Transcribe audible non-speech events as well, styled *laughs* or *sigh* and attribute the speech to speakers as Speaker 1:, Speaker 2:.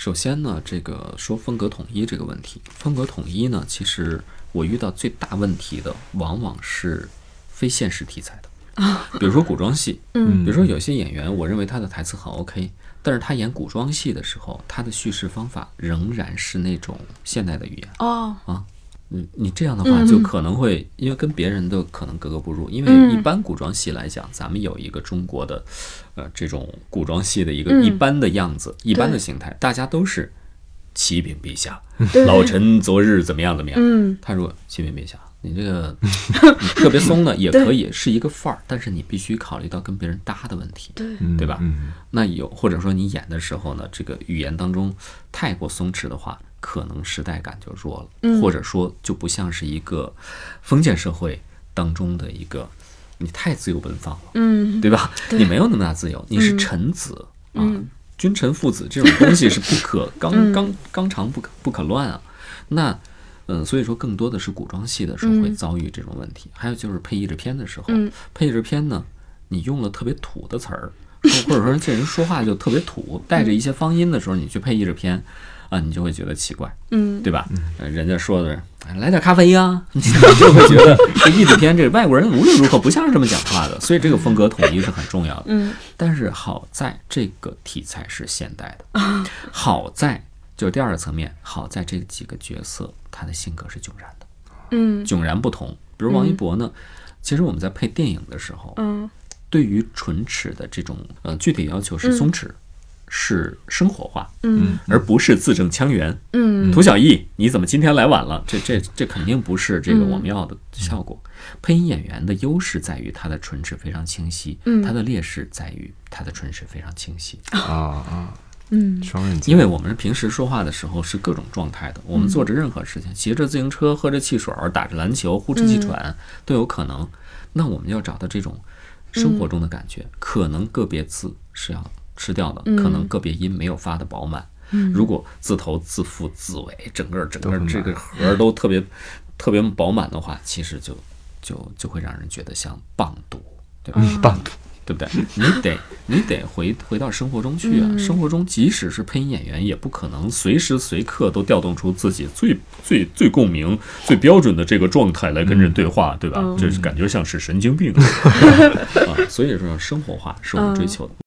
Speaker 1: 首先呢，这个说风格统一这个问题，风格统一呢，其实我遇到最大问题的往往是非现实题材的，比如说古装戏，
Speaker 2: 嗯
Speaker 1: 比如说有些演员，我认为他的台词很 OK，但是他演古装戏的时候，他的叙事方法仍然是那种现代的语言。
Speaker 2: 哦，
Speaker 1: 嗯，你这样的话就可能会，因为跟别人的可能格格不入，因为
Speaker 2: 嗯
Speaker 1: 一般古装戏来讲，咱们有一个中国的，呃，这种古装戏的一个
Speaker 2: 嗯
Speaker 1: 一般的样子、一般的
Speaker 2: 对
Speaker 1: 形态，大家都是启禀陛下，
Speaker 2: 对
Speaker 1: 老臣昨日怎么样怎么样。
Speaker 2: 嗯，
Speaker 1: 他如果启禀陛下，你这个你特别松
Speaker 2: *laughs*
Speaker 1: 的也可以是一个范儿，但是你必须考虑到跟别人搭的问题。
Speaker 2: 对，
Speaker 3: 嗯
Speaker 1: 对吧
Speaker 3: 嗯，
Speaker 1: 那有或者说你演的时候呢，这个语言当中太过松弛的话，可能时代感就弱了，
Speaker 2: 嗯
Speaker 1: 或者说就不像是一个封建社会当中的一个，你太自由奔放了，
Speaker 2: 嗯，
Speaker 1: 对吧？
Speaker 2: 对嗯
Speaker 1: 你没有那么大自由，你是臣子、啊，君臣父子这种东西是不
Speaker 2: *laughs*
Speaker 1: 可纲
Speaker 2: 嗯
Speaker 1: 纲纲常不可不可乱啊。那嗯，所以说更多的是古装戏的时候会
Speaker 2: 嗯
Speaker 1: 遭遇这种问题，还有就是配译制片的时候，
Speaker 2: 嗯
Speaker 1: 配译制片呢，你用了特别土的词儿，或者说这人说话就特别土，带
Speaker 2: 嗯
Speaker 1: 着一些方音的时候，你去配译制片，啊，你就会觉得奇怪，
Speaker 2: 嗯，
Speaker 1: 对吧？呃人家说的哎来点咖啡呀、 *laughs* 你就会觉得这译制片这外国人无论如何不像是这么讲话的，所以这个风格统一是很重要
Speaker 2: *laughs*
Speaker 1: 的。
Speaker 2: 嗯，
Speaker 1: 但是好在这个题材是现代的，好在就是第二个层面，好在这几个角色他的性格是迥然的。
Speaker 2: 嗯，
Speaker 1: 迥然不同。比如王一博呢，其实我们在配电影的时候，
Speaker 2: 嗯，
Speaker 1: 对于唇齿的这种呃具体要求是松弛，是生活化，
Speaker 2: 嗯，
Speaker 1: 而不是字正腔圆。
Speaker 2: 嗯，
Speaker 1: 涂小艺，你怎么今天来晚了？这这这肯定不是这个
Speaker 2: 嗯
Speaker 1: 我们要的效果。配音演员的优势在于他的唇齿非常清晰，
Speaker 2: 嗯
Speaker 1: 他的劣势在于他的唇齿非常清晰。
Speaker 3: 啊啊，
Speaker 2: 嗯，
Speaker 3: 双刃剑，
Speaker 1: 因为我们平时说话的时候是各种状态的，我们做着任何事情，骑着自行车，喝着汽水儿，打着篮球，呼哧气喘都有可能。那我们要找到这种生活中的感觉，可能个别字是要吃掉的，可能个别音没有发的饱满。如果字头、字腹、字尾，整个整
Speaker 3: 都
Speaker 1: 个
Speaker 3: 很
Speaker 1: 这个盒儿都特别特别饱满的话，其实就就就会让人觉得像棒读，对吧？
Speaker 3: 嗯棒读，
Speaker 1: 对不对？你得你得回回到生活中去啊！生活中，即使是配音演员，也不可能随时随刻都调动出自己最最最共鸣、最标准的这个状态来跟人对话，对吧？这是感觉像是神经病啊！所以说，生活化是我们追求的。